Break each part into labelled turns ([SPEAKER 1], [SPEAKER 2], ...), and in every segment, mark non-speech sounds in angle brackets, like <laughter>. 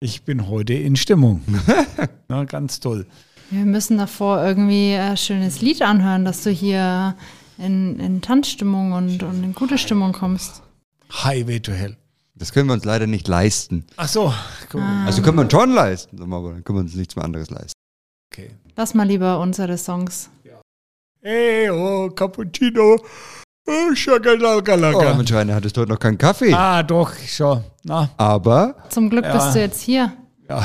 [SPEAKER 1] Ich bin heute in
[SPEAKER 2] <laughs>
[SPEAKER 1] Stimmung. Na, ganz toll.
[SPEAKER 3] Wir müssen davor irgendwie ein schönes Lied anhören, dass du hier in, in Tanzstimmung und, und in gute Stimmung kommst.
[SPEAKER 1] Highway to Hell.
[SPEAKER 2] Das können wir uns leider nicht leisten.
[SPEAKER 1] Ach so, cool.
[SPEAKER 2] Also können wir uns schon leisten, aber dann können wir uns nichts mehr anderes leisten.
[SPEAKER 1] okay.
[SPEAKER 3] Lass mal lieber unsere Songs.
[SPEAKER 1] Hey, oh, Cappuccino. Oh,
[SPEAKER 2] Oh,
[SPEAKER 1] Schakalaka.
[SPEAKER 2] Mensch, Rainer, hattest du heute noch keinen Kaffee.
[SPEAKER 1] ah, doch, schon. Na,
[SPEAKER 2] Aber
[SPEAKER 3] Zum Glück bist du jetzt hier.
[SPEAKER 1] ja.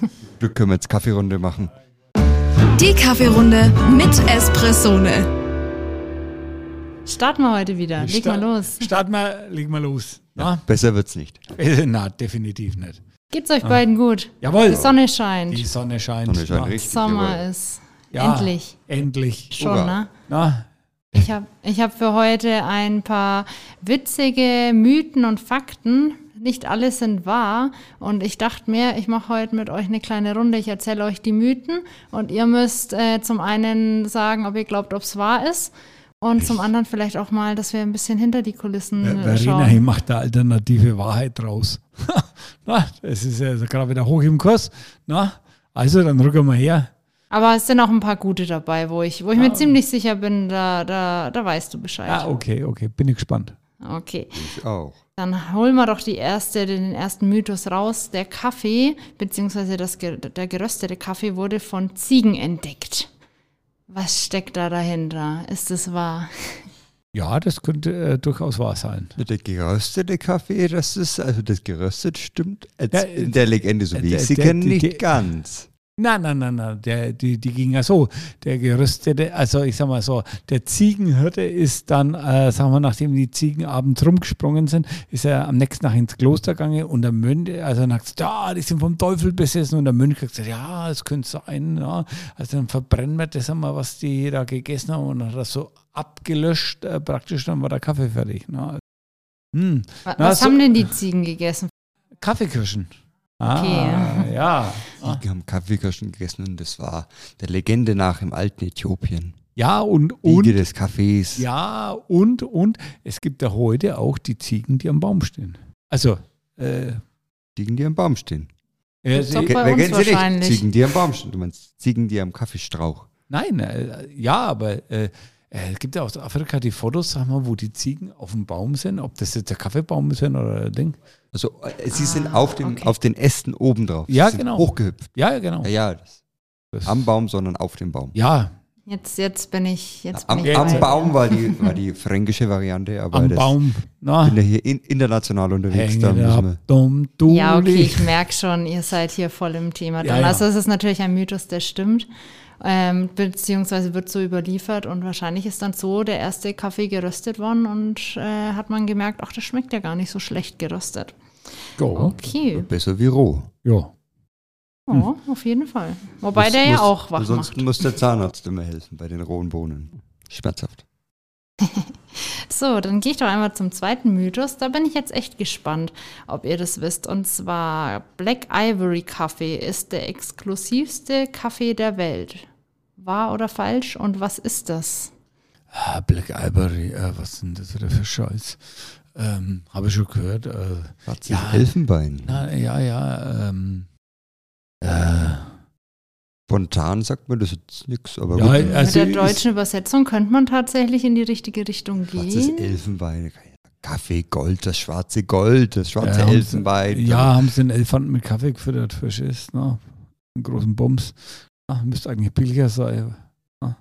[SPEAKER 2] zum Glück können wir jetzt Kaffeerunde machen.
[SPEAKER 4] Die Kaffeerunde mit Espressone.
[SPEAKER 3] Starten wir heute wieder. Leg mal
[SPEAKER 1] Sta-
[SPEAKER 3] los.
[SPEAKER 1] Starten wir, leg mal los. Na,
[SPEAKER 2] Besser wird's nicht.
[SPEAKER 1] Äh, na definitiv nicht.
[SPEAKER 3] Geht's
[SPEAKER 1] Ah.
[SPEAKER 3] euch beiden gut?
[SPEAKER 1] Jawohl.
[SPEAKER 3] Die Sonne scheint.
[SPEAKER 1] Die Sonne scheint.
[SPEAKER 2] Sonne scheint
[SPEAKER 1] Na,
[SPEAKER 2] richtig,
[SPEAKER 3] Sommer
[SPEAKER 2] jawohl.
[SPEAKER 3] ist.
[SPEAKER 1] ja,
[SPEAKER 3] Endlich.
[SPEAKER 1] Endlich.
[SPEAKER 3] Schon,
[SPEAKER 2] Hurra.
[SPEAKER 3] ne?
[SPEAKER 1] Na,
[SPEAKER 3] Ich habe ich hab für heute ein paar witzige Mythen und Fakten. Nicht alles sind wahr. Und ich dachte mir, ich mache heute mit euch eine kleine Runde. Ich erzähle euch die Mythen. Und ihr müsst äh, zum einen sagen, ob ihr glaubt, ob es wahr ist. Und zum anderen vielleicht auch mal, dass wir ein bisschen hinter die Kulissen
[SPEAKER 1] Ver-
[SPEAKER 3] äh,
[SPEAKER 1] Verena, ich
[SPEAKER 3] schauen.
[SPEAKER 1] macht da alternative Wahrheit draus. <laughs> na, das ist ja gerade wieder hoch im Kurs. Na, also, dann rücken wir her.
[SPEAKER 3] Aber es sind auch ein paar gute dabei, wo ich, wo ich mir ziemlich sicher bin, da, da, da weißt du
[SPEAKER 1] Ah, oh.
[SPEAKER 3] Bescheid.
[SPEAKER 1] okay, okay, bin ich gespannt.
[SPEAKER 3] Okay.
[SPEAKER 2] Ich auch.
[SPEAKER 3] Dann holen wir doch die erste, den ersten Mythos raus. Der Kaffee, beziehungsweise das, ge- der geröstete Kaffee wurde von Ziegen entdeckt. Was steckt da dahinter? Ist es wahr?
[SPEAKER 1] Ja, das könnte äh, durchaus wahr sein.
[SPEAKER 2] Der geröstete Kaffee, das ist, also das geröstet stimmt jetzt
[SPEAKER 1] Ja, äh,
[SPEAKER 2] in der Legende, so wie
[SPEAKER 1] der-
[SPEAKER 2] ich sie
[SPEAKER 1] der-
[SPEAKER 2] kenne,
[SPEAKER 1] die-
[SPEAKER 2] nicht
[SPEAKER 1] die-
[SPEAKER 2] ganz.
[SPEAKER 1] Nein, nein, nein, nein, der, die, die ging ja so. Der gerüstete, also ich sag mal so, der Ziegenhirte ist dann, äh, sagen wir, nachdem die Ziegen abends rumgesprungen sind, ist er am nächsten Tag ins Kloster gegangen und der Mönch, also dann hat gesagt, ja, die sind vom Teufel besessen und der Mönch hat gesagt, ja, es könnte sein, ja. also dann verbrennen wir das einmal, was die da gegessen haben und dann hat das so abgelöscht, äh, praktisch, dann war der Kaffee fertig. Ne? Hm,
[SPEAKER 3] Wa-
[SPEAKER 1] Na,
[SPEAKER 3] Was
[SPEAKER 1] so-
[SPEAKER 3] haben denn die Ziegen gegessen?
[SPEAKER 1] Kaffeekirschen. Ah,
[SPEAKER 3] Okay.
[SPEAKER 1] ja. Ah.
[SPEAKER 2] Die haben Kaffeekirschen gegessen und das war der Legende nach im alten Äthiopien.
[SPEAKER 1] Ja, und,
[SPEAKER 2] Wiege
[SPEAKER 1] und
[SPEAKER 2] des Kaffees.
[SPEAKER 1] Ja, und, und es gibt ja heute auch die Ziegen, die am Baum stehen. Also, äh,
[SPEAKER 2] Ziegen, die am Baum stehen.
[SPEAKER 1] äh,
[SPEAKER 3] Gibt's auch
[SPEAKER 1] sie-
[SPEAKER 3] Bei uns wahrscheinlich.
[SPEAKER 2] Ziegen, die am Baum stehen. Du meinst Ziegen, die am Kaffeestrauch.
[SPEAKER 1] nein, äh, ja, aber äh, äh, es gibt ja aus Afrika die Fotos, sag mal, wo die Ziegen auf dem Baum sind, ob das jetzt der Kaffeebaum ist oder ein Ding.
[SPEAKER 2] Also äh, sie sind
[SPEAKER 3] Ah,
[SPEAKER 2] auf, dem,
[SPEAKER 3] okay.
[SPEAKER 2] auf den Ästen oben drauf.
[SPEAKER 1] Ja,
[SPEAKER 2] sie sind
[SPEAKER 1] genau.
[SPEAKER 2] Hochgehüpft.
[SPEAKER 1] Ja, ja, genau.
[SPEAKER 2] Ja, ja, das,
[SPEAKER 1] Das-
[SPEAKER 2] am Baum, sondern auf dem Baum.
[SPEAKER 1] ja,
[SPEAKER 3] Jetzt, jetzt bin ich. Jetzt bin
[SPEAKER 2] Am,
[SPEAKER 3] ich
[SPEAKER 1] Ja,
[SPEAKER 2] am
[SPEAKER 3] bei
[SPEAKER 2] Baum
[SPEAKER 3] dir.
[SPEAKER 2] war die, war die
[SPEAKER 1] <laughs>
[SPEAKER 2] fränkische Variante, aber
[SPEAKER 1] am
[SPEAKER 2] das
[SPEAKER 1] Baum. Na,
[SPEAKER 2] bin ja hier in, international unterwegs. Da
[SPEAKER 1] hängen
[SPEAKER 2] müssen
[SPEAKER 1] ab,
[SPEAKER 2] wir,
[SPEAKER 1] dumm, du
[SPEAKER 3] Ja, okay, ich merke schon, ihr seid hier voll im Thema
[SPEAKER 1] Ja,
[SPEAKER 3] drin.
[SPEAKER 1] ja.
[SPEAKER 3] Also es ist natürlich ein Mythos, der stimmt, ähm, beziehungsweise wird so überliefert und wahrscheinlich ist dann so der erste Kaffee geröstet worden und äh, hat man gemerkt, ach, das schmeckt ja gar nicht so schlecht geröstet.
[SPEAKER 1] Go.
[SPEAKER 3] Okay,
[SPEAKER 2] besser wie roh.
[SPEAKER 1] Ja. Hm.
[SPEAKER 3] ja, auf jeden Fall. Wobei
[SPEAKER 2] Muss-
[SPEAKER 3] der ja
[SPEAKER 2] muss-
[SPEAKER 3] auch wach
[SPEAKER 2] Ansonsten
[SPEAKER 3] macht.
[SPEAKER 2] muss der Zahnarzt immer helfen bei den rohen Bohnen. Schmerzhaft.
[SPEAKER 3] So, dann gehe ich doch einmal zum zweiten Mythos. Da bin ich jetzt echt gespannt, ob ihr das wisst. Und zwar Black Ivory Kaffee ist der exklusivste Kaffee der Welt. Wahr oder falsch? Und was ist das?
[SPEAKER 1] Ah, Black Ivory, äh, was sind das wieder für Scheiß? Ähm, Habe ich schon gehört. Äh,
[SPEAKER 2] Hat sich
[SPEAKER 1] Ja.
[SPEAKER 2] Elfenbein.
[SPEAKER 1] na, ja, ja, ähm, äh,
[SPEAKER 2] Spontan sagt man das jetzt nichts, aber
[SPEAKER 1] Ja,
[SPEAKER 2] gut.
[SPEAKER 1] also
[SPEAKER 3] Mit der
[SPEAKER 1] ist-
[SPEAKER 3] deutschen Übersetzung könnte man tatsächlich in die richtige Richtung
[SPEAKER 2] Schwarzes
[SPEAKER 3] gehen.
[SPEAKER 2] Elfenbein. Kaffee, Gold, das schwarze Gold, das schwarze
[SPEAKER 1] haben's-
[SPEAKER 2] Elfenbein.
[SPEAKER 1] Ja, haben sie einen Elefanten mit Kaffee gefüttert, Fisch ist, ne? Einen großen Bums. Ah, müsste eigentlich billiger sein. ne?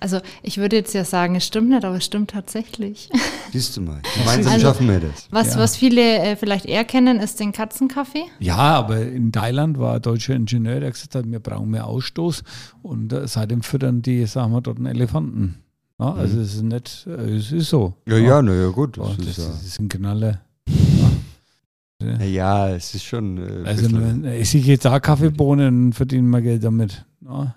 [SPEAKER 3] Also ich würde jetzt ja sagen, es stimmt nicht, aber es stimmt tatsächlich. <laughs>
[SPEAKER 2] Siehst du mal, gemeinsam
[SPEAKER 3] Also-
[SPEAKER 2] schaffen wir das.
[SPEAKER 3] Was,
[SPEAKER 1] Ja.
[SPEAKER 3] was viele äh, vielleicht eher kennen, ist den Katzenkaffee.
[SPEAKER 1] Ja, aber in Thailand war ein deutscher Ingenieur, der gesagt hat, wir brauchen mehr Ausstoß. Und äh, seitdem füttern die, sagen wir, dort einen Elefanten. Ja, also es ist nicht, äh, es ist so.
[SPEAKER 2] Mhm. Ja, ja, naja, gut.
[SPEAKER 1] Ja,
[SPEAKER 2] Oh, Das
[SPEAKER 1] das,
[SPEAKER 2] ist, ja-
[SPEAKER 1] das ist ein
[SPEAKER 2] <laughs>
[SPEAKER 1] Knaller.
[SPEAKER 2] na ja, es ist schon. Äh,
[SPEAKER 1] Also wenn-
[SPEAKER 2] bisschen-
[SPEAKER 1] esse ich jetzt auch Kaffeebohnen, verdienen wir Geld damit. Ja.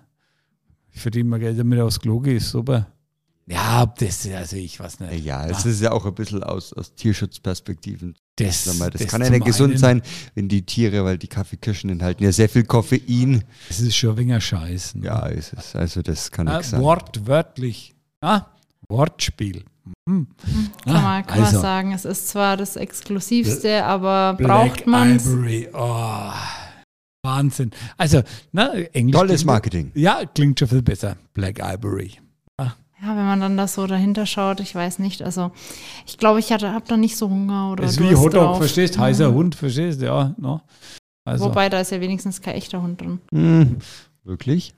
[SPEAKER 1] Ich verdiene mal Geld damit, aufs Klo gehe, ist super. Ja, das, also ich weiß
[SPEAKER 2] na ja, es ist ja auch ein bisschen aus, aus Tierschutzperspektiven.
[SPEAKER 1] Das,
[SPEAKER 2] Sag mal, Ah. das, kann ja
[SPEAKER 1] zum
[SPEAKER 2] nicht gesund
[SPEAKER 1] einen,
[SPEAKER 2] sein, wenn die Tiere, weil die Kaffeekirschen enthalten ja sehr viel Koffein.
[SPEAKER 1] Das ist schon ein wenig Scheiß. Ne?
[SPEAKER 2] Ja, es ist Also das kann
[SPEAKER 1] Ah,
[SPEAKER 2] nichts sein.
[SPEAKER 1] wortwörtlich. Ah, Wortspiel.
[SPEAKER 3] Hm, Kann
[SPEAKER 1] Ah,
[SPEAKER 3] man, kann
[SPEAKER 1] also. Äh,
[SPEAKER 3] man sagen. Es ist zwar das Exklusivste, aber
[SPEAKER 1] Black
[SPEAKER 3] braucht man es?
[SPEAKER 1] Ivory. Oh, Wahnsinn. Also, na, Englisch.
[SPEAKER 2] Tolles
[SPEAKER 1] klingt-
[SPEAKER 2] Marketing.
[SPEAKER 1] Ja, klingt schon viel besser. Black Ivory.
[SPEAKER 3] Ja, wenn man dann das so dahinter schaut, ich weiß nicht. Also ich glaube, ich habe da nicht so Hunger oder
[SPEAKER 1] ist
[SPEAKER 3] Durst
[SPEAKER 1] wie Hotdog,
[SPEAKER 3] drauf.
[SPEAKER 1] verstehst? Heißer Hund, verstehst? Ja, no. Also,
[SPEAKER 3] Wobei, da ist ja wenigstens kein echter Hund drin.
[SPEAKER 2] Hm, wirklich?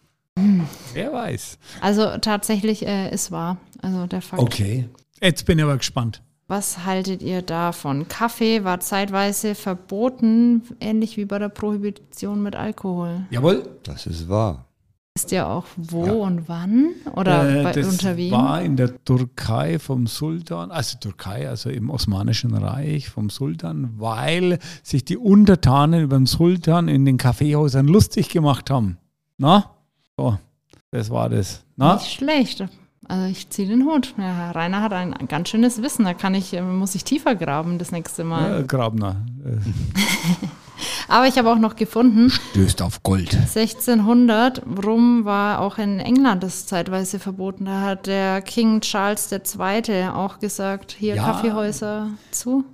[SPEAKER 1] wer weiß.
[SPEAKER 3] Also tatsächlich äh, ist wahr. Also der Fakt.
[SPEAKER 1] Okay. Jetzt bin ich aber gespannt.
[SPEAKER 3] Was haltet ihr davon? Kaffee war zeitweise verboten, ähnlich wie bei der Prohibition mit Alkohol.
[SPEAKER 1] Jawohl.
[SPEAKER 2] Das ist wahr.
[SPEAKER 3] Wisst ihr auch wo
[SPEAKER 2] Ja.
[SPEAKER 3] und wann? Oder
[SPEAKER 1] Äh,
[SPEAKER 3] bei,
[SPEAKER 1] das
[SPEAKER 3] unter wem?
[SPEAKER 1] war in der Türkei vom Sultan, also Türkei, also im Osmanischen Reich vom Sultan, weil sich die Untertanen über den Sultan in den Kaffeehäusern lustig gemacht haben. Na? So, das war das. Na?
[SPEAKER 3] Nicht schlecht. Also ich ziehe den Hut. Ja, Herr Rainer hat ein ganz schönes Wissen. Da kann ich, äh, muss ich tiefer graben das nächste Mal.
[SPEAKER 1] Ja, Grabner. Äh,
[SPEAKER 3] Aber ich habe auch noch gefunden,
[SPEAKER 2] Stößt auf Gold.
[SPEAKER 3] 1600 rum war auch in England das zeitweise verboten. Da hat der King Charles II. auch gesagt, hier
[SPEAKER 1] Ja.
[SPEAKER 3] Kaffeehäuser zu.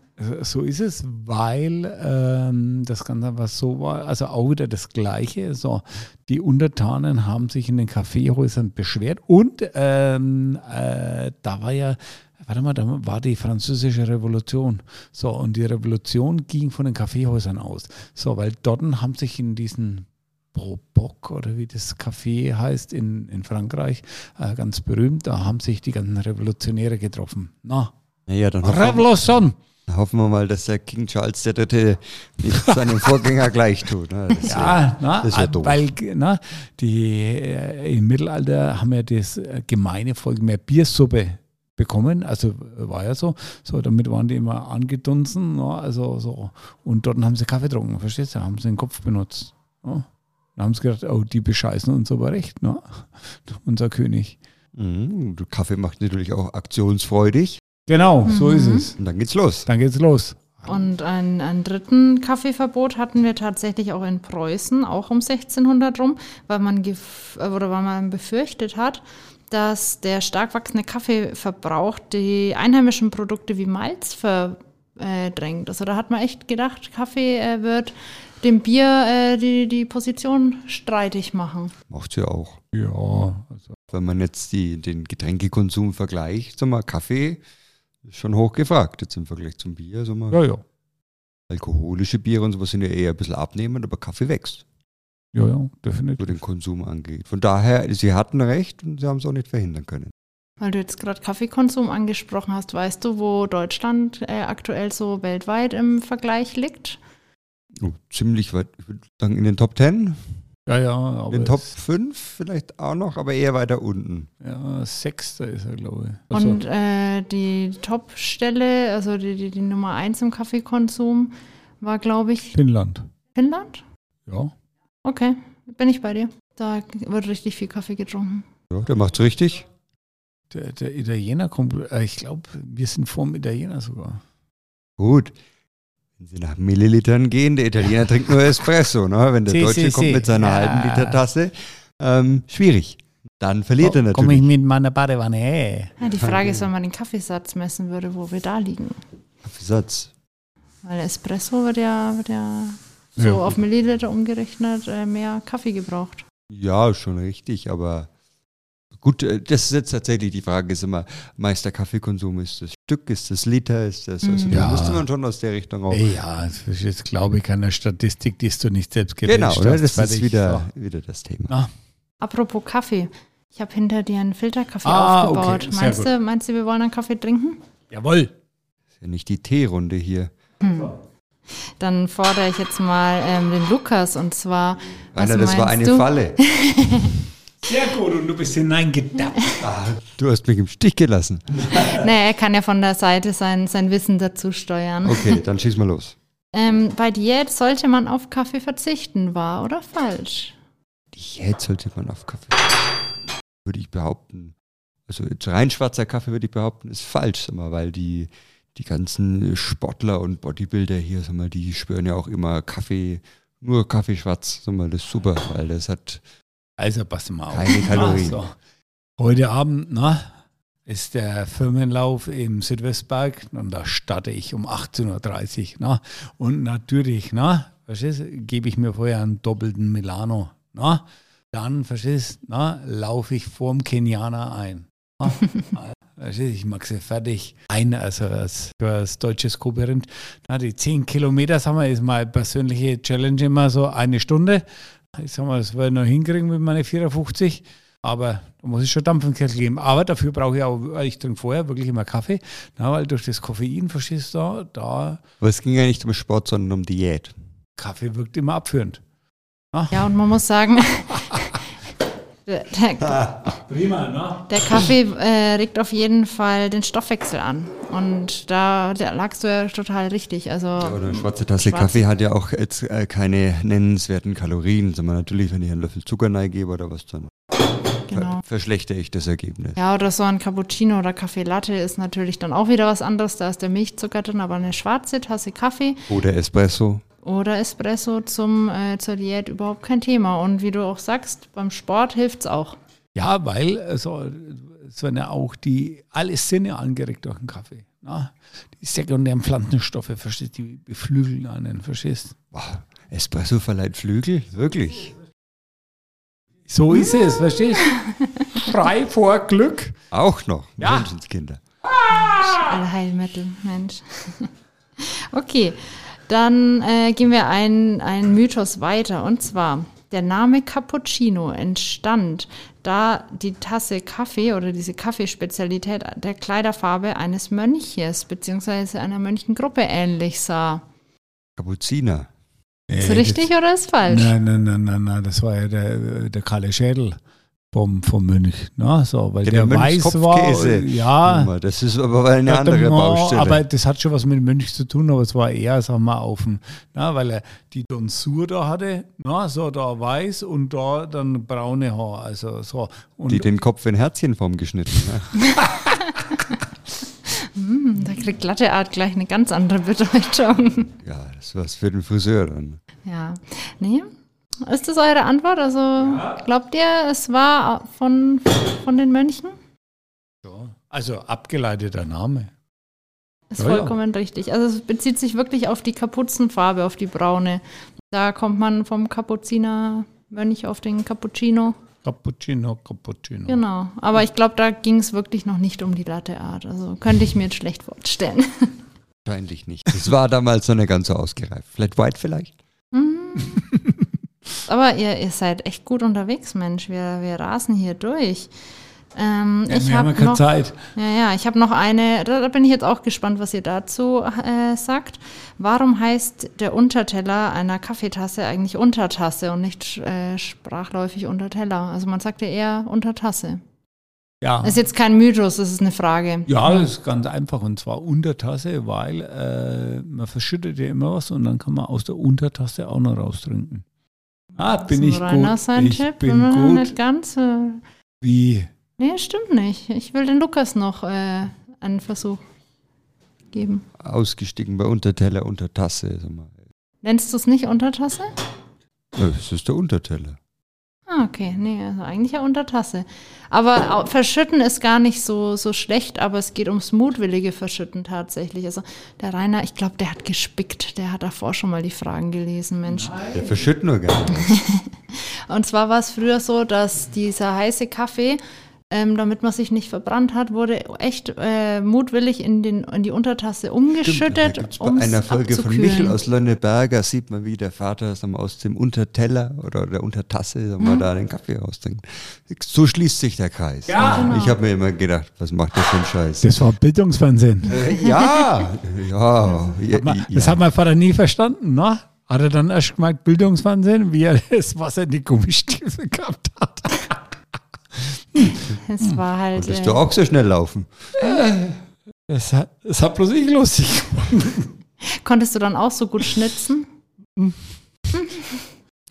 [SPEAKER 1] So ist es, weil ähm, das Ganze was so war, also auch wieder das Gleiche. So, die Untertanen haben sich in den Kaffeehäusern beschwert und ähm, äh, da war ja, warte mal, da war die französische Revolution. So, und die Revolution ging von den Kaffeehäusern aus. So, weil dort haben sich in diesen Probock oder wie das Café heißt in, in Frankreich, äh, ganz berühmt, da haben sich die ganzen Revolutionäre getroffen. Na,
[SPEAKER 2] Naja, dann hoffen,
[SPEAKER 1] Revolution!
[SPEAKER 2] hoffen wir mal, dass der King Charles III. <laughs> nicht seinem Vorgänger gleich tut. ne? Das wär-
[SPEAKER 1] Ja, na,
[SPEAKER 2] das ist ja doof.
[SPEAKER 1] weil na, die, äh, im Mittelalter haben ja das äh, gemeine Volk mehr Biersuppe bekommen, also äh, war ja so, so damit waren die immer angedunsen, na, also so und dort haben sie Kaffee getrunken, verstehst du, haben sie den Kopf benutzt. Ja. Dann haben sie gedacht, oh, die bescheißen uns aber recht, ne? <laughs> unser König.
[SPEAKER 2] Mhm, der Kaffee macht natürlich auch aktionsfreudig.
[SPEAKER 1] Genau, so
[SPEAKER 3] Mhm.
[SPEAKER 1] ist es.
[SPEAKER 2] Und dann geht's los.
[SPEAKER 1] Dann geht's los.
[SPEAKER 3] Und einen, einen dritten Kaffeeverbot hatten wir tatsächlich auch in Preußen, auch um 1600 rum, weil man, gef äh, oder weil man befürchtet hat, dass der stark wachsende Kaffeeverbrauch die einheimischen Produkte wie Malz verdrängt. Also da hat man echt gedacht, Kaffee äh, wird dem Bier äh, die, die Position streitig machen.
[SPEAKER 2] Macht's ja auch.
[SPEAKER 1] Ja, also,
[SPEAKER 2] Wenn man jetzt die, den Getränkekonsum vergleicht, sag mal, Kaffee ist schon hoch gefragt. Jetzt im Vergleich zum Bier, sag mal,
[SPEAKER 1] ja, ja,
[SPEAKER 2] alkoholische Biere und sowas sind ja eher ein bisschen abnehmend, aber Kaffee wächst,
[SPEAKER 1] ja, ja,
[SPEAKER 2] was
[SPEAKER 1] definitiv.
[SPEAKER 2] den Konsum angeht. Von daher, sie hatten recht und sie haben es auch nicht verhindern können.
[SPEAKER 3] Weil du jetzt gerade Kaffeekonsum angesprochen hast, weißt du, wo Deutschland äh, aktuell so weltweit im Vergleich liegt?
[SPEAKER 2] Oh, ziemlich weit, ich würde sagen, in den Top 10,
[SPEAKER 1] Ja, ja,
[SPEAKER 2] in
[SPEAKER 1] aber
[SPEAKER 2] den Top
[SPEAKER 1] es-
[SPEAKER 2] 5 vielleicht auch noch, aber eher weiter unten.
[SPEAKER 1] ja, Sechster ist er, glaube ich. Also-
[SPEAKER 3] Und äh, die Top-Stelle, also die, die, die Nummer eins im Kaffeekonsum, war, glaube ich,
[SPEAKER 1] Finnland.
[SPEAKER 3] Finnland.
[SPEAKER 1] Ja.
[SPEAKER 3] Okay, bin ich bei dir. Da wird richtig viel Kaffee getrunken.
[SPEAKER 2] Ja, der macht's richtig.
[SPEAKER 1] Der, der Italiener kommt, äh, ich glaube, wir sind vorm Italiener sogar.
[SPEAKER 2] Gut. Wenn sie nach Millilitern gehen, der Italiener trinkt nur Espresso, ne? Wenn der
[SPEAKER 1] <laughs> Si,
[SPEAKER 2] Deutsche
[SPEAKER 1] si,
[SPEAKER 2] kommt
[SPEAKER 1] si.
[SPEAKER 2] mit seiner
[SPEAKER 1] Ja.
[SPEAKER 2] halben Liter Tasse, ähm, schwierig. Dann verliert er
[SPEAKER 1] Komme ich
[SPEAKER 2] natürlich.
[SPEAKER 1] mit meiner Badewanne. Hey.
[SPEAKER 3] Ja, die Frage ist, wenn man den Kaffeesatz messen würde, wo wir da liegen.
[SPEAKER 2] Satz.
[SPEAKER 3] Weil Espresso wird ja, wird ja so
[SPEAKER 1] Ja, gut.
[SPEAKER 3] auf Milliliter umgerechnet äh, mehr Kaffee gebraucht.
[SPEAKER 2] Ja, schon richtig, aber gut, äh, das ist jetzt tatsächlich die Frage, ist immer, Meister Kaffeekonsum, ist das Stück, ist das Liter, ist das, also
[SPEAKER 3] Mhm.
[SPEAKER 2] da
[SPEAKER 1] Ja.
[SPEAKER 2] müsste man schon aus der Richtung auch.
[SPEAKER 1] Ja, das ist jetzt glaube ich keine Statistik, die du nicht selbst gewählt
[SPEAKER 2] Genau,
[SPEAKER 1] hast.
[SPEAKER 2] oder? das ist
[SPEAKER 1] Fertig.
[SPEAKER 2] wieder,
[SPEAKER 1] So.
[SPEAKER 2] wieder das Thema.
[SPEAKER 3] Apropos Kaffee. Ich habe hinter dir einen Filterkaffee
[SPEAKER 1] Ah, okay,
[SPEAKER 3] aufgebaut.
[SPEAKER 1] sehr
[SPEAKER 3] meinst,
[SPEAKER 1] gut.
[SPEAKER 3] du, meinst du, wir wollen einen Kaffee trinken?
[SPEAKER 1] Jawohl.
[SPEAKER 2] Ist ja nicht die Teerunde hier.
[SPEAKER 3] Dann fordere ich jetzt mal ähm, den Lukas und zwar.
[SPEAKER 2] Rainer, das war
[SPEAKER 3] meinst
[SPEAKER 2] eine
[SPEAKER 3] du?
[SPEAKER 2] Falle.
[SPEAKER 1] Sehr gut, und du bist hineingedappt.
[SPEAKER 2] Du hast mich im Stich gelassen.
[SPEAKER 3] Nee, er kann ja von der Seite sein, sein Wissen dazu steuern.
[SPEAKER 2] Okay, dann schieß mal los.
[SPEAKER 3] Ähm, bei Diät sollte man auf Kaffee verzichten, wahr oder falsch?
[SPEAKER 2] Diät sollte man auf Kaffee. Würde ich behaupten. Also jetzt rein schwarzer Kaffee würde ich behaupten, ist falsch, sag mal, weil die, die ganzen Sportler und Bodybuilder hier, sag mal, die schwören ja auch immer Kaffee, nur Kaffee schwarz, sag mal, das ist super, weil das hat
[SPEAKER 1] Also, pass mal auf.
[SPEAKER 2] keine Kalorien.
[SPEAKER 1] Also, heute Abend, na, ist der Firmenlauf im Südwestberg und da starte ich um 18.30 Uhr. Na? Und natürlich, na, verstehst du, gebe ich mir vorher einen doppelten Milano. Na? Dann, verstehst du, na, laufe ich vorm Kenianer ein. Na? verstehst du, Also, ich mache sie fertig ein, also als, als deutsches Koberind. Na, die 10 Kilometer, sagen wir, ist meine persönliche Challenge immer so eine Stunde. Ich sag mal, das werde ich noch hinkriegen mit meiner 54. Aber da muss ich schon Dampf im Kessel geben. Aber dafür brauche ich auch, äh, ich trinke vorher wirklich immer Kaffee, na, weil durch das Koffein, verstehst du, da, da
[SPEAKER 2] Aber es ging ja nicht um Sport, sondern um Diät.
[SPEAKER 1] Kaffee wirkt immer abführend.
[SPEAKER 3] Ja, und man muss sagen, <laughs> der, der,
[SPEAKER 1] Prima, ne?
[SPEAKER 3] der Kaffee äh, regt auf jeden Fall den Stoffwechsel an. Und da da lagst du ja total richtig. Also,
[SPEAKER 2] Ja, oder eine schwarze Tasse
[SPEAKER 3] Schwarz.
[SPEAKER 2] Kaffee hat ja auch jetzt äh, keine nennenswerten Kalorien. Sondern natürlich, wenn ich einen Löffel Zucker reingebe oder was, dann
[SPEAKER 3] genau.
[SPEAKER 2] ver verschlechter ich das Ergebnis.
[SPEAKER 3] Ja, oder so ein Cappuccino oder Kaffee Latte ist natürlich dann auch wieder was anderes. Da ist der Milchzucker drin, aber eine schwarze Tasse Kaffee
[SPEAKER 2] Oder Espresso.
[SPEAKER 3] oder Espresso zum, äh, zur Diät überhaupt kein Thema. Und wie du auch sagst, beim Sport hilft's auch.
[SPEAKER 1] Ja, weil also, es werden ja auch die alle Sinne angeregt durch den Kaffee. Na? Die sekundären Pflanzenstoffe, verstehst du, die beflügeln einen, verstehst
[SPEAKER 2] Boah, Espresso verleiht Flügel? Wirklich?
[SPEAKER 1] So ist es, verstehst du? Frei vor Glück.
[SPEAKER 2] Auch noch.
[SPEAKER 1] Ja.
[SPEAKER 2] Menschenskinder.
[SPEAKER 3] Alle Heilmittel, Mensch. <laughs> Okay, dann äh, gehen wir einen, einen Mythos weiter. Und zwar, der Name Cappuccino entstand, da die Tasse Kaffee oder diese Kaffeespezialität der Kleiderfarbe eines Mönches bzw. einer Mönchengruppe ähnlich sah.
[SPEAKER 2] Kapuziner.
[SPEAKER 3] Ist richtig oder ist falsch?
[SPEAKER 1] Nein, nein, nein, nein, nein, das war ja der, der kahle Schädel vom, vom Mönch. Ne? So, weil der, weiß war.
[SPEAKER 2] Mönchskopfkäse.
[SPEAKER 1] Ja,
[SPEAKER 2] Nummer. Das ist aber eine andere
[SPEAKER 1] Ja,
[SPEAKER 2] Baustelle.
[SPEAKER 1] Aber das hat schon was mit dem Mönch zu tun, aber es war eher, sag mal, auf dem, na, weil er die Tonsur da hatte, na, so da weiß und da dann braune Haar, also so. Und
[SPEAKER 2] die den Kopf in Herzchenform geschnitten. Ne? <laughs>
[SPEAKER 3] Hm, Da kriegt Latte Art gleich eine ganz andere Bedeutung. <laughs>
[SPEAKER 2] Ja, das war's für den Friseur dann.
[SPEAKER 3] Ja, nee. Ist das eure Antwort? Also glaubt ihr, es war von, von den Mönchen?
[SPEAKER 1] Ja, also abgeleiteter Name.
[SPEAKER 3] Ist
[SPEAKER 1] Ja, ja.
[SPEAKER 3] vollkommen richtig. Also es bezieht sich wirklich auf die Kapuzenfarbe, auf die braune. Da kommt man vom Kapuziner Mönch auf den Cappuccino.
[SPEAKER 1] Cappuccino, Cappuccino.
[SPEAKER 3] Genau. Aber ich glaube, da ging es wirklich noch nicht um die Latte Art. Also könnte ich mir jetzt
[SPEAKER 1] <laughs>
[SPEAKER 3] schlecht vorstellen.
[SPEAKER 2] Wahrscheinlich nicht. Das war damals noch nicht ganz so ausgereift. Flat White vielleicht?
[SPEAKER 3] Aber ihr, ihr seid echt gut unterwegs, Mensch. Wir, wir rasen hier durch. Ähm,
[SPEAKER 1] Ja,
[SPEAKER 3] ich
[SPEAKER 1] wir haben ja
[SPEAKER 3] habe
[SPEAKER 1] keine
[SPEAKER 3] noch,
[SPEAKER 1] Zeit.
[SPEAKER 3] Ja, ja, ich habe noch eine, da, da bin ich jetzt auch gespannt, was ihr dazu äh, sagt. Warum heißt der Unterteller einer Kaffeetasse eigentlich Untertasse und nicht äh, sprachläufig Unterteller? Also man sagt ja eher Untertasse.
[SPEAKER 1] Ja.
[SPEAKER 3] Ist jetzt kein Mythos, das ist eine Frage.
[SPEAKER 1] Ah. Ja, das ist ganz einfach und zwar Untertasse, weil äh, man verschüttet ja immer was und dann kann man aus der Untertasse auch noch raustrinken. Ah, bin ich
[SPEAKER 3] Rainer
[SPEAKER 1] gut.
[SPEAKER 3] sein
[SPEAKER 1] ich
[SPEAKER 3] Tipp.
[SPEAKER 1] bin
[SPEAKER 3] Äh,
[SPEAKER 1] gut.
[SPEAKER 3] Nicht ganz. Äh,
[SPEAKER 1] Wie?
[SPEAKER 3] nee, stimmt nicht. Ich will den Lukas noch äh, einen Versuch geben.
[SPEAKER 2] Ausgestiegen bei Unterteller, Untertasse. Sag mal.
[SPEAKER 3] Nennst du es nicht Untertasse?
[SPEAKER 2] Äh, Das ist der Unterteller.
[SPEAKER 3] Ah, okay. Nee, also eigentlich ja unter Tasse. Aber au- verschütten ist gar nicht so, so schlecht, aber es geht ums mutwillige Verschütten tatsächlich. Also der Rainer, ich glaube, der hat gespickt. Der hat davor schon mal die Fragen gelesen, Mensch.
[SPEAKER 2] Der verschüttet nur gar nicht.
[SPEAKER 3] Und zwar war es früher so, dass dieser heiße Kaffee, ähm, damit man sich nicht verbrannt hat, wurde echt äh, mutwillig in, den, in die Untertasse
[SPEAKER 2] Da
[SPEAKER 3] umgeschüttet.
[SPEAKER 2] gibt's bei
[SPEAKER 3] um's
[SPEAKER 2] einer Folge von
[SPEAKER 3] abzukühlen.
[SPEAKER 2] Michel aus Lönneberger sieht man, wie der Vater sag mal, aus dem Unterteller oder der Untertasse sag mal,
[SPEAKER 3] Mhm.
[SPEAKER 2] da den Kaffee raustrinkt. So schließt sich der Kreis.
[SPEAKER 3] genau.
[SPEAKER 2] Ich habe mir immer gedacht, was macht der für einen Scheiß?
[SPEAKER 1] Das war Bildungsfernsehen.
[SPEAKER 2] Äh, ja, ja, ja,
[SPEAKER 1] Ma-
[SPEAKER 2] ja.
[SPEAKER 1] Das hat mein Vater nie verstanden, ne? Hat er dann erst gemerkt, Bildungsfernsehen, wie er <laughs> das Wasser in die Gummistiefel gehabt hat.
[SPEAKER 3] Es war halt.
[SPEAKER 2] Konntest
[SPEAKER 3] äh,
[SPEAKER 2] du auch so schnell laufen?
[SPEAKER 1] Das hat, das hat bloß ich lustig gemacht.
[SPEAKER 3] konntest du dann auch so gut schnitzen?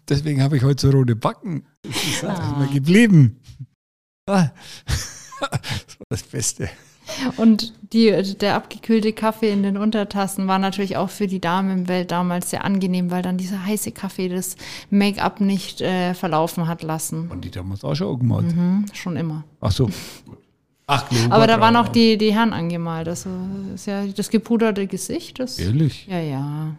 [SPEAKER 1] Deswegen habe ich heute so rote Backen. Das ist halt immer geblieben. Ah. <laughs> Das war das Beste.
[SPEAKER 3] Und die, der abgekühlte Kaffee in den Untertassen war natürlich auch für die Damenwelt damals sehr angenehm, weil dann dieser heiße Kaffee das Make-up nicht äh, verlaufen hat lassen.
[SPEAKER 1] Und die damals auch schon gemacht.
[SPEAKER 3] Mhm, schon immer.
[SPEAKER 1] Ach so. Ach, Glober
[SPEAKER 3] Aber da waren
[SPEAKER 1] drauf.
[SPEAKER 3] auch die, die Herren angemalt. Also ist ja das gepuderte Gesicht. Das,
[SPEAKER 1] Ehrlich?
[SPEAKER 3] ja, ja.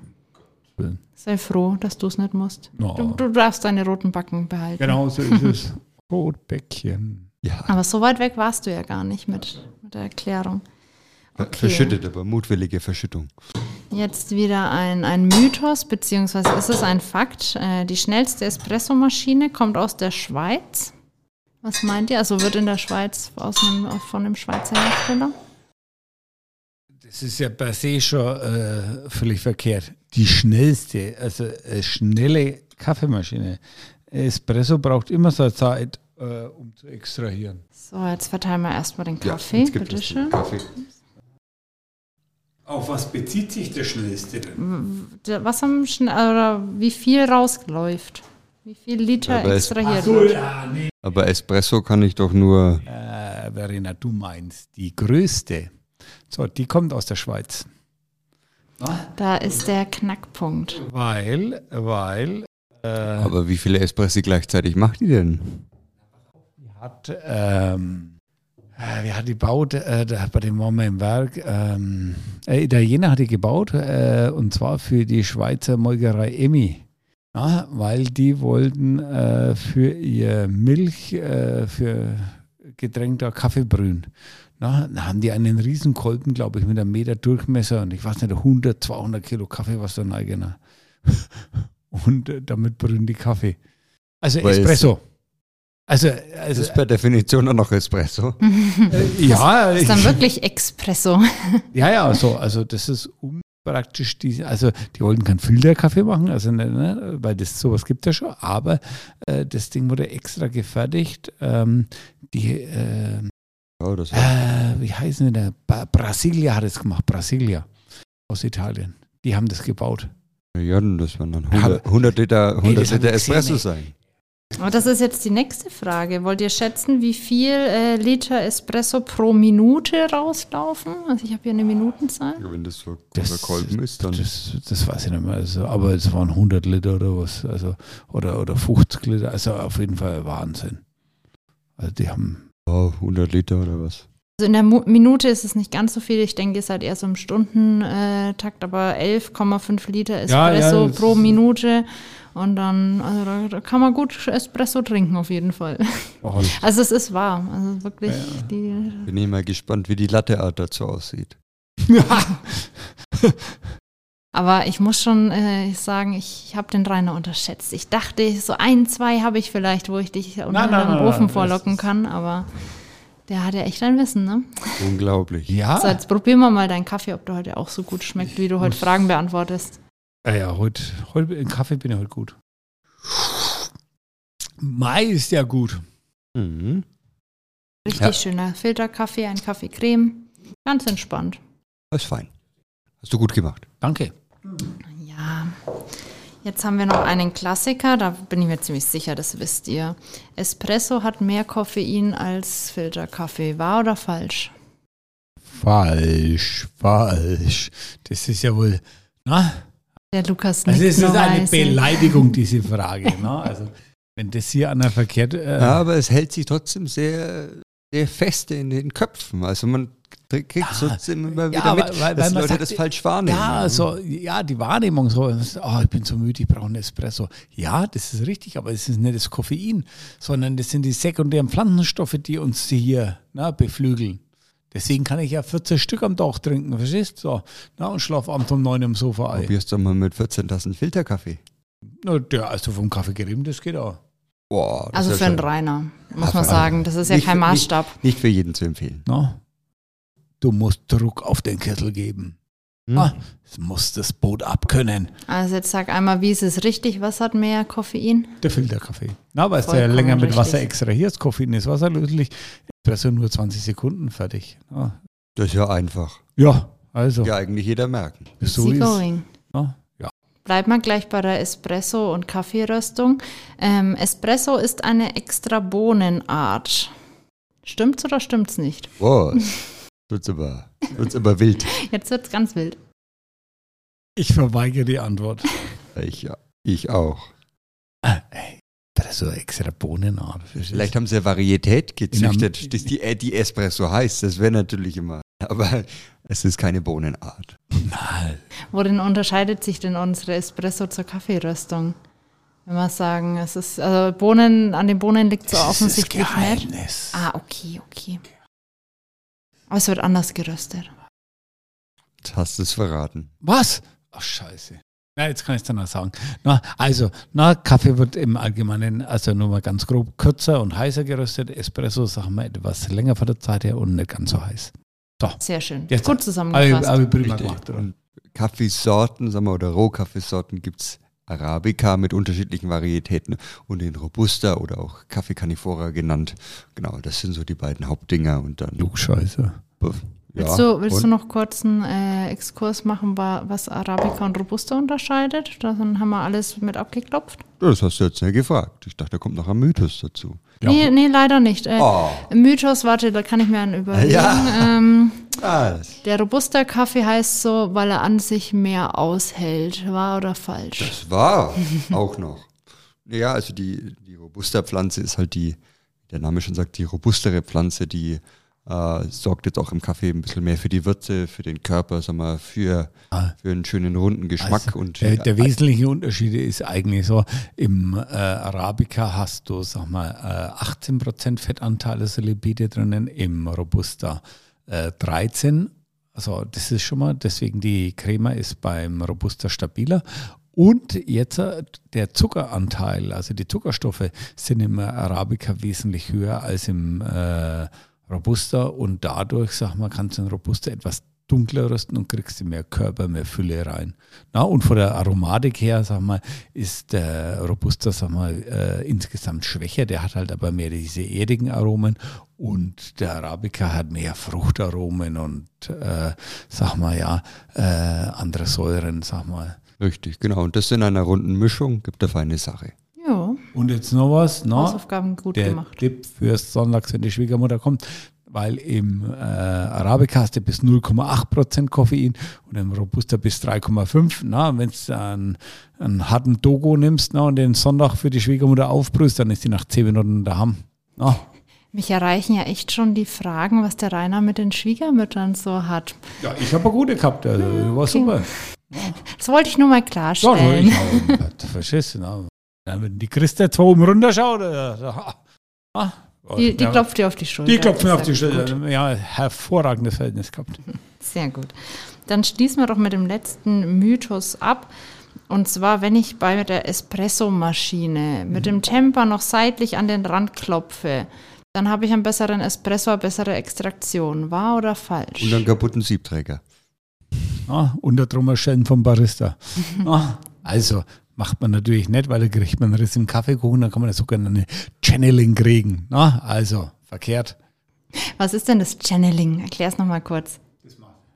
[SPEAKER 3] Sei froh, dass du es nicht musst.
[SPEAKER 1] Ja.
[SPEAKER 3] Du, du darfst deine roten Backen behalten.
[SPEAKER 1] Oh. Genau so ist es. Rotbäckchen.
[SPEAKER 2] Ja,
[SPEAKER 3] Aber so weit weg warst du ja gar nicht mit, mit der Erklärung.
[SPEAKER 2] ver-
[SPEAKER 3] okay.
[SPEAKER 2] verschüttet, aber mutwillige Verschüttung.
[SPEAKER 3] Jetzt wieder ein, ein Mythos, beziehungsweise ist es ein Fakt. Äh, die schnellste Espressomaschine kommt aus der Schweiz. Was meint ihr? Also wird in der Schweiz aus einem, von einem Schweizer Hersteller?
[SPEAKER 1] Das ist ja per se schon äh, völlig verkehrt. Die schnellste, also äh, schnelle Kaffeemaschine. Espresso braucht immer so eine Zeit, äh, um zu extrahieren.
[SPEAKER 3] So, jetzt verteilen wir erstmal den
[SPEAKER 2] Ja,
[SPEAKER 3] Kaffee.
[SPEAKER 2] jetzt gibt es den
[SPEAKER 3] Bitteschön.
[SPEAKER 2] Kaffee.
[SPEAKER 1] Auf was bezieht sich der schnellste denn?
[SPEAKER 3] Der- Was am Schn oder wie viel rausläuft? Wie viel Liter
[SPEAKER 2] Aber es-
[SPEAKER 3] extrahiert wird?
[SPEAKER 1] ja, nee.
[SPEAKER 2] Aber Espresso kann ich doch nur.
[SPEAKER 1] Äh, Verena, du meinst die größte. So, die kommt aus der Schweiz.
[SPEAKER 3] Da ist der Knackpunkt.
[SPEAKER 1] Weil, weil
[SPEAKER 3] Äh.
[SPEAKER 2] Aber wie viele Espressi gleichzeitig macht die denn?
[SPEAKER 1] hat, ähm, äh, wer hat die gebaut? Äh, der, bei dem waren wir im Werk. Ähm, äh, Italiener hat die gebaut äh, und zwar für die Schweizer Molkerei Emmy. Ja, weil die wollten äh, für ihr Milch, äh, für getränkter Kaffee brühen. Na, dann haben die einen riesen Kolben, glaube ich, mit einem Meter Durchmesser und ich weiß nicht, 100, 200 Kilo Kaffee, was da rein <laughs> Und äh, damit brühen die Kaffee. Also
[SPEAKER 2] Weil es-
[SPEAKER 1] Espresso. Also,
[SPEAKER 2] Das
[SPEAKER 1] also
[SPEAKER 2] ist per Definition auch noch Espresso.
[SPEAKER 3] Hm.
[SPEAKER 1] äh, ja,
[SPEAKER 3] Ist dann
[SPEAKER 1] ich-
[SPEAKER 3] wirklich Espresso.
[SPEAKER 1] ja, ja, so, also das ist um praktisch diese, also die wollten keinen Filterkaffee machen, also ne, ne, weil das sowas gibt ja schon, aber äh, das Ding wurde extra gefertigt. Ähm, die, äh,
[SPEAKER 2] Ja, Oh, das
[SPEAKER 1] äh, wie heißen die denn? Ba Brasilia hat es gemacht, Brasilia aus Italien. Die haben das gebaut.
[SPEAKER 2] Ja, das werden dann
[SPEAKER 1] Aber-
[SPEAKER 2] 100, 100 Liter, 100
[SPEAKER 1] das hab
[SPEAKER 2] Liter
[SPEAKER 1] ich gesehen,
[SPEAKER 2] Espresso
[SPEAKER 1] ey.
[SPEAKER 2] sein.
[SPEAKER 3] Aber das ist jetzt die nächste Frage. Wollt ihr schätzen, wie viel äh, Liter Espresso pro Minute rauslaufen? Also ich habe hier eine Minutenzahl.
[SPEAKER 2] Ja, wenn das so
[SPEAKER 1] Das-
[SPEAKER 2] Kolben ist, dann.
[SPEAKER 1] Das, das weiß ich nicht mehr. Also, aber es waren 100 Liter oder was. Also, oder, oder 50 Liter. Also auf jeden Fall Wahnsinn. Also die haben.
[SPEAKER 2] Oh, 100 Liter oder was?
[SPEAKER 3] Also in der Mu Minute ist es nicht ganz so viel. Ich denke, ihr seid eher so im Stundentakt, aber 11,5 Liter
[SPEAKER 1] Ja, ja,
[SPEAKER 3] Espresso
[SPEAKER 1] das
[SPEAKER 3] pro
[SPEAKER 1] ist-
[SPEAKER 3] Minute. Und dann, also da, da kann man gut Espresso trinken auf jeden Fall.
[SPEAKER 1] Oh,
[SPEAKER 3] Also es ist wahr. Also wirklich die
[SPEAKER 2] Bin ich mal gespannt, wie die Latte Art dazu aussieht.
[SPEAKER 3] Aber ich muss schon äh, sagen, ich habe den Rainer unterschätzt. Ich dachte, so ein, zwei habe ich vielleicht, wo ich dich unter
[SPEAKER 1] nein,
[SPEAKER 3] einem
[SPEAKER 1] nein,
[SPEAKER 3] Ofen
[SPEAKER 1] nein, das
[SPEAKER 3] vorlocken
[SPEAKER 1] ist-
[SPEAKER 3] kann, aber der hat ja echt ein Wissen, ne?
[SPEAKER 2] Unglaublich.
[SPEAKER 1] ja.
[SPEAKER 3] So, jetzt probieren wir mal deinen Kaffee, ob der heute auch so gut schmeckt, wie du heute
[SPEAKER 1] Ah. muss-
[SPEAKER 3] Fragen beantwortest.
[SPEAKER 1] Ja, ja, heute, heute in Kaffee bin ich heute gut. Mai ist ja gut.
[SPEAKER 2] Mhm.
[SPEAKER 3] Richtig
[SPEAKER 2] Ja.
[SPEAKER 3] schöner Filterkaffee, ein Kaffeecreme. Ganz entspannt.
[SPEAKER 2] Ist fein. Hast du gut gemacht.
[SPEAKER 1] Danke.
[SPEAKER 3] Ja. Jetzt haben wir noch einen Klassiker, da bin ich mir ziemlich sicher, das wisst ihr. Espresso hat mehr Koffein als Filterkaffee. Wahr oder falsch?
[SPEAKER 1] Falsch, falsch. Das ist ja wohl. Na?
[SPEAKER 3] Der Lukas
[SPEAKER 1] Also,
[SPEAKER 3] nickt
[SPEAKER 1] es ist
[SPEAKER 3] nur
[SPEAKER 1] eine
[SPEAKER 3] leise.
[SPEAKER 1] Beleidigung, diese Frage. ne? Also, wenn das hier einer verkehrt. Äh,
[SPEAKER 2] Ja, aber es hält sich trotzdem sehr, sehr fest in den Köpfen. Also man kriegt trotzdem immer wieder
[SPEAKER 1] ja,
[SPEAKER 2] mit,
[SPEAKER 1] weil- weil
[SPEAKER 2] dass die
[SPEAKER 1] man
[SPEAKER 2] Leute
[SPEAKER 1] sagt,
[SPEAKER 2] das falsch wahrnehmen. Mhm.
[SPEAKER 1] Ja, also- so, ja, die Wahrnehmung so, das ist, oh, ich bin so müde, ich brauche einen Espresso. Ja, das ist richtig, aber es ist nicht das Koffein, sondern das sind die sekundären Pflanzenstoffe, die uns hier na, beflügeln. Deswegen kann ich ja 14 Stück am Tag trinken, verstehst du? So, na, und schlaf abends um 9 im Sofa ein.
[SPEAKER 2] Probierst du mal mit 14 Tassen Filterkaffee.
[SPEAKER 1] Na, der, also vom Kaffee gerieben, das geht auch.
[SPEAKER 2] Boah, das
[SPEAKER 3] Also
[SPEAKER 2] ist
[SPEAKER 3] für
[SPEAKER 2] ja
[SPEAKER 3] einen
[SPEAKER 2] schon-
[SPEAKER 3] Rainer, muss
[SPEAKER 2] Ja,
[SPEAKER 3] man
[SPEAKER 2] für-
[SPEAKER 3] sagen. Das ist ja
[SPEAKER 2] Nicht
[SPEAKER 3] kein
[SPEAKER 2] für-
[SPEAKER 3] Maßstab.
[SPEAKER 2] Nicht, nicht für jeden zu empfehlen.
[SPEAKER 1] Na? ne? Du musst Druck auf den Kessel geben.
[SPEAKER 2] Hm?
[SPEAKER 1] Ah, es muss das Boot abkönnen.
[SPEAKER 3] Also jetzt sag einmal, wie ist es richtig? Was hat mehr Koffein?
[SPEAKER 1] Der Filterkaffee. Na, weil es ja
[SPEAKER 3] Vollkommen
[SPEAKER 1] länger mit Wasser
[SPEAKER 3] richtig.
[SPEAKER 1] extrahierst. Koffein ist wasserlöslich. Espresso nur 20 Sekunden fertig. Ja,
[SPEAKER 2] Das ist ja einfach.
[SPEAKER 1] ja also.
[SPEAKER 2] Ja, eigentlich jeder merken.
[SPEAKER 1] So
[SPEAKER 3] Easy
[SPEAKER 1] ist Ah.
[SPEAKER 3] going.
[SPEAKER 1] ja, ja.
[SPEAKER 3] Bleibt mal gleich bei der Espresso- und Kaffeeröstung. Ähm, Espresso ist eine extra Bohnenart. Stimmt's oder stimmt's nicht?
[SPEAKER 1] <laughs>
[SPEAKER 2] Boah, wird's aber, wird's aber wild.
[SPEAKER 3] Jetzt wird's ganz wild.
[SPEAKER 1] <laughs> Ich verweigere die Antwort. Ah,
[SPEAKER 2] Ich, ich auch.
[SPEAKER 1] das so extra Bohnenart.
[SPEAKER 2] Vielleicht haben sie ja Varietät
[SPEAKER 1] In Am-
[SPEAKER 2] gezüchtet, dass die, äh, die Espresso heißt. Das wäre natürlich immer. Aber es ist keine Bohnenart.
[SPEAKER 1] Nein.
[SPEAKER 3] Worin unterscheidet sich denn unsere Espresso zur Kaffeeröstung? Wenn wir sagen, es ist, also Bohnen, an den Bohnen liegt so
[SPEAKER 1] Das ist das
[SPEAKER 3] offensichtlich nicht.
[SPEAKER 1] Geheimnis.
[SPEAKER 3] Ah, okay, okay. Aber es wird anders geröstet.
[SPEAKER 2] Jetzt hast du es verraten.
[SPEAKER 1] Was? Ach, scheiße. Na, jetzt kann ich es dann auch sagen. Na, also, na, Kaffee wird im Allgemeinen, also nur mal ganz grob, kürzer und heißer geröstet. Espresso, sagen wir, etwas länger von der Zeit her und nicht ganz so heiß.
[SPEAKER 3] Sehr schön.
[SPEAKER 1] Jetzt-
[SPEAKER 3] Gut
[SPEAKER 1] Aber,
[SPEAKER 3] zusammengefasst.
[SPEAKER 1] aber prima
[SPEAKER 2] Richtig.
[SPEAKER 1] gemacht, oder?
[SPEAKER 2] Und Kaffeesorten, sagen wir, oder Rohkaffeesorten gibt es Arabica mit unterschiedlichen Varietäten und den Robusta oder auch Kaffee Canifora genannt. Genau, das sind so die beiden Hauptdinger und dann.
[SPEAKER 1] Du Scheiße.
[SPEAKER 2] Ja,
[SPEAKER 3] willst du, willst du
[SPEAKER 2] und
[SPEAKER 3] noch kurz einen äh, Exkurs machen, wa- was Arabica und Robusta unterscheidet? Dann haben wir alles mit abgeklopft.
[SPEAKER 2] das hast du jetzt nicht gefragt. Ich dachte, da kommt noch ein Mythos dazu.
[SPEAKER 1] Ja. Ah.
[SPEAKER 3] Nee, nee, leider nicht. Äh,
[SPEAKER 2] Oh.
[SPEAKER 3] Mythos, warte, da kann
[SPEAKER 1] <laughs>
[SPEAKER 3] ich mir einen überlegen.
[SPEAKER 2] Ja.
[SPEAKER 3] Ähm,
[SPEAKER 2] Das,
[SPEAKER 3] Der Robusta-Kaffee heißt so, weil er an sich mehr aushält. Wahr oder falsch?
[SPEAKER 2] das war auch noch. Ja, also die, die Robusta-Pflanze ist halt die, der Name schon sagt, die robustere Pflanze, die äh, sorgt jetzt auch im Kaffee ein bisschen mehr für die Würze, für den Körper, sag mal, für,
[SPEAKER 1] Ah.
[SPEAKER 2] für einen schönen runden Geschmack.
[SPEAKER 1] Also,
[SPEAKER 2] und
[SPEAKER 1] der, der wesentliche Unterschied ist eigentlich so, im äh, Arabica hast du, sag mal, äh, 18% Fettanteil, also Lipide drinnen, im Robusta äh, 13. Also das ist schon mal, deswegen die Crema ist beim Robusta stabiler. Und jetzt äh, der Zuckeranteil, also die Zuckerstoffe sind im Arabica wesentlich höher als im äh, Robusta und dadurch, sag mal, kannst du den Robusta etwas dunkler rösten und kriegst du mehr Körper, mehr Fülle rein. Na, und von der Aromatik her, sag mal, ist der Robusta, sag mal, äh, insgesamt schwächer. Der hat halt aber mehr diese erdigen Aromen und der Arabica hat mehr Fruchtaromen und, äh, sag mal, ja, äh, andere Säuren, sag mal.
[SPEAKER 2] Richtig, genau. Und das in einer runden Mischung gibt eine feine Sache.
[SPEAKER 3] Ja,
[SPEAKER 1] Und jetzt noch was, na,
[SPEAKER 3] Hausaufgaben gut
[SPEAKER 1] der
[SPEAKER 3] gemacht.
[SPEAKER 1] Tipp fürs Sonntags, wenn die Schwiegermutter kommt, weil im äh, Arabica hast du bis 0,8% Koffein und im Robusta bis 3,5%. Na, wenn du einen, einen harten Dogo nimmst na, und den Sonntag für die Schwiegermutter aufbrüst, dann ist die nach 10 Minuten daheim. Na,
[SPEAKER 3] Mich erreichen ja echt schon die Fragen, was der Rainer mit den Schwiegermüttern so hat.
[SPEAKER 1] ja, ich habe eine gute gehabt,
[SPEAKER 3] Ah,
[SPEAKER 1] also, war super.
[SPEAKER 3] Das wollte ich nur mal
[SPEAKER 1] Ja, nur
[SPEAKER 3] klarstellen.
[SPEAKER 1] also ich habe Verstehst du? Na, Na, wenn die Christa jetzt oben runterschaut, äh, ah, ah,
[SPEAKER 3] die die
[SPEAKER 1] ja,
[SPEAKER 3] klopft dir auf die Schulter.
[SPEAKER 1] die klopft mir auf die
[SPEAKER 3] Sehr gut.
[SPEAKER 1] Schulter. Ja, hervorragendes Verhältnis gehabt.
[SPEAKER 3] Sehr gut. Dann schließen wir doch mit dem letzten Mythos ab. Und zwar, wenn ich bei der Espressomaschine mit
[SPEAKER 2] Mhm.
[SPEAKER 3] dem Temper noch seitlich an den Rand klopfe, dann habe ich einen besseren Espresso, eine bessere Extraktion. Wahr oder falsch?
[SPEAKER 2] Und dann kaputten Siebträger.
[SPEAKER 1] Ah, unter Trommerschellen vom Barista.
[SPEAKER 3] Mhm.
[SPEAKER 1] Ah, also macht man natürlich nicht, weil da kriegt man einen Riss im Kaffeekuchen, dann kann man ja sogar eine Channeling kriegen. Na, also verkehrt.
[SPEAKER 3] Was ist denn das Channeling? Erklär es nochmal kurz.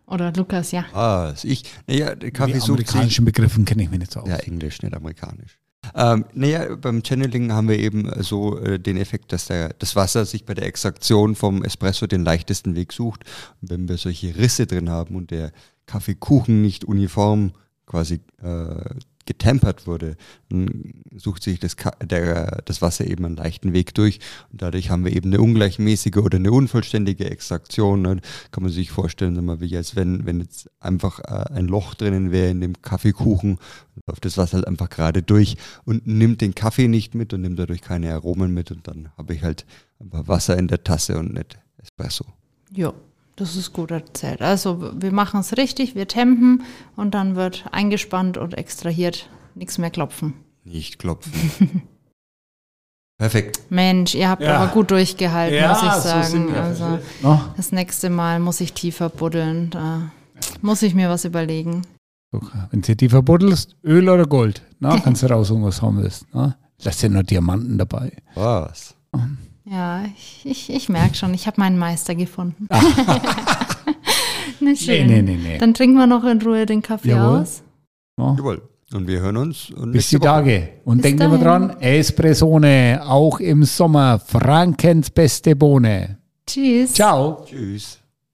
[SPEAKER 3] Oder Lukas, ja.
[SPEAKER 2] Was? Ich, naja, der Kaffee
[SPEAKER 1] Die
[SPEAKER 2] sucht sich.
[SPEAKER 1] amerikanischen Begriffen kenne ich mir nicht so aus.
[SPEAKER 2] Ja, Englisch, nicht amerikanisch. Ähm, naja, beim Channeling haben wir eben so äh, den Effekt, dass der, das Wasser sich bei der Extraktion vom Espresso den leichtesten Weg sucht. Und wenn wir solche Risse drin haben und der Kaffeekuchen nicht uniform quasi äh, getempert wurde, dann sucht sich das, Ka der, das Wasser eben einen leichten Weg durch. Und dadurch haben wir eben eine ungleichmäßige oder eine unvollständige Extraktion. Ne? Kann man sich vorstellen, sag mal, wie jetzt, wenn, wenn jetzt einfach äh, ein Loch drinnen wäre in dem Kaffeekuchen, läuft das Wasser halt einfach gerade durch und nimmt den Kaffee nicht mit und nimmt dadurch keine Aromen mit. Und dann habe ich halt einfach Wasser in der Tasse und nicht Espresso.
[SPEAKER 3] Ja, das ist gut erzählt. Also wir machen es richtig, wir tempen und dann wird eingespannt und extrahiert. Nichts mehr klopfen.
[SPEAKER 2] Nicht klopfen.
[SPEAKER 1] <laughs>
[SPEAKER 2] Perfekt.
[SPEAKER 3] Mensch, ihr habt
[SPEAKER 1] Ja.
[SPEAKER 3] aber gut durchgehalten, muss ich sagen. also,
[SPEAKER 1] Na,
[SPEAKER 3] das nächste Mal muss ich tiefer buddeln. Da muss ich mir was überlegen.
[SPEAKER 1] so, wenn du die verbuddelst, Öl oder Gold, na, kannst du rausholen, was haben willst. Na? Lass dir noch Diamanten dabei.
[SPEAKER 2] Was?
[SPEAKER 3] Ja, ich, ich, ich merke schon, ich habe meinen Meister gefunden. <laughs> Na schön.
[SPEAKER 1] Ah. Nee, nee, nee, nee.
[SPEAKER 3] Dann trinken wir noch in Ruhe den Kaffee
[SPEAKER 1] Jawohl.
[SPEAKER 3] aus.
[SPEAKER 1] Na?
[SPEAKER 2] Jawohl. Und wir hören uns. Und
[SPEAKER 1] Bis
[SPEAKER 2] nächste
[SPEAKER 1] die Tage. Und
[SPEAKER 3] Bis
[SPEAKER 1] denkt immer
[SPEAKER 3] dahin.
[SPEAKER 1] dran, Espressone, auch im Sommer, Frankens beste Bohne.
[SPEAKER 3] Tschüss.
[SPEAKER 1] Ciao.
[SPEAKER 2] Woche. Tschüss.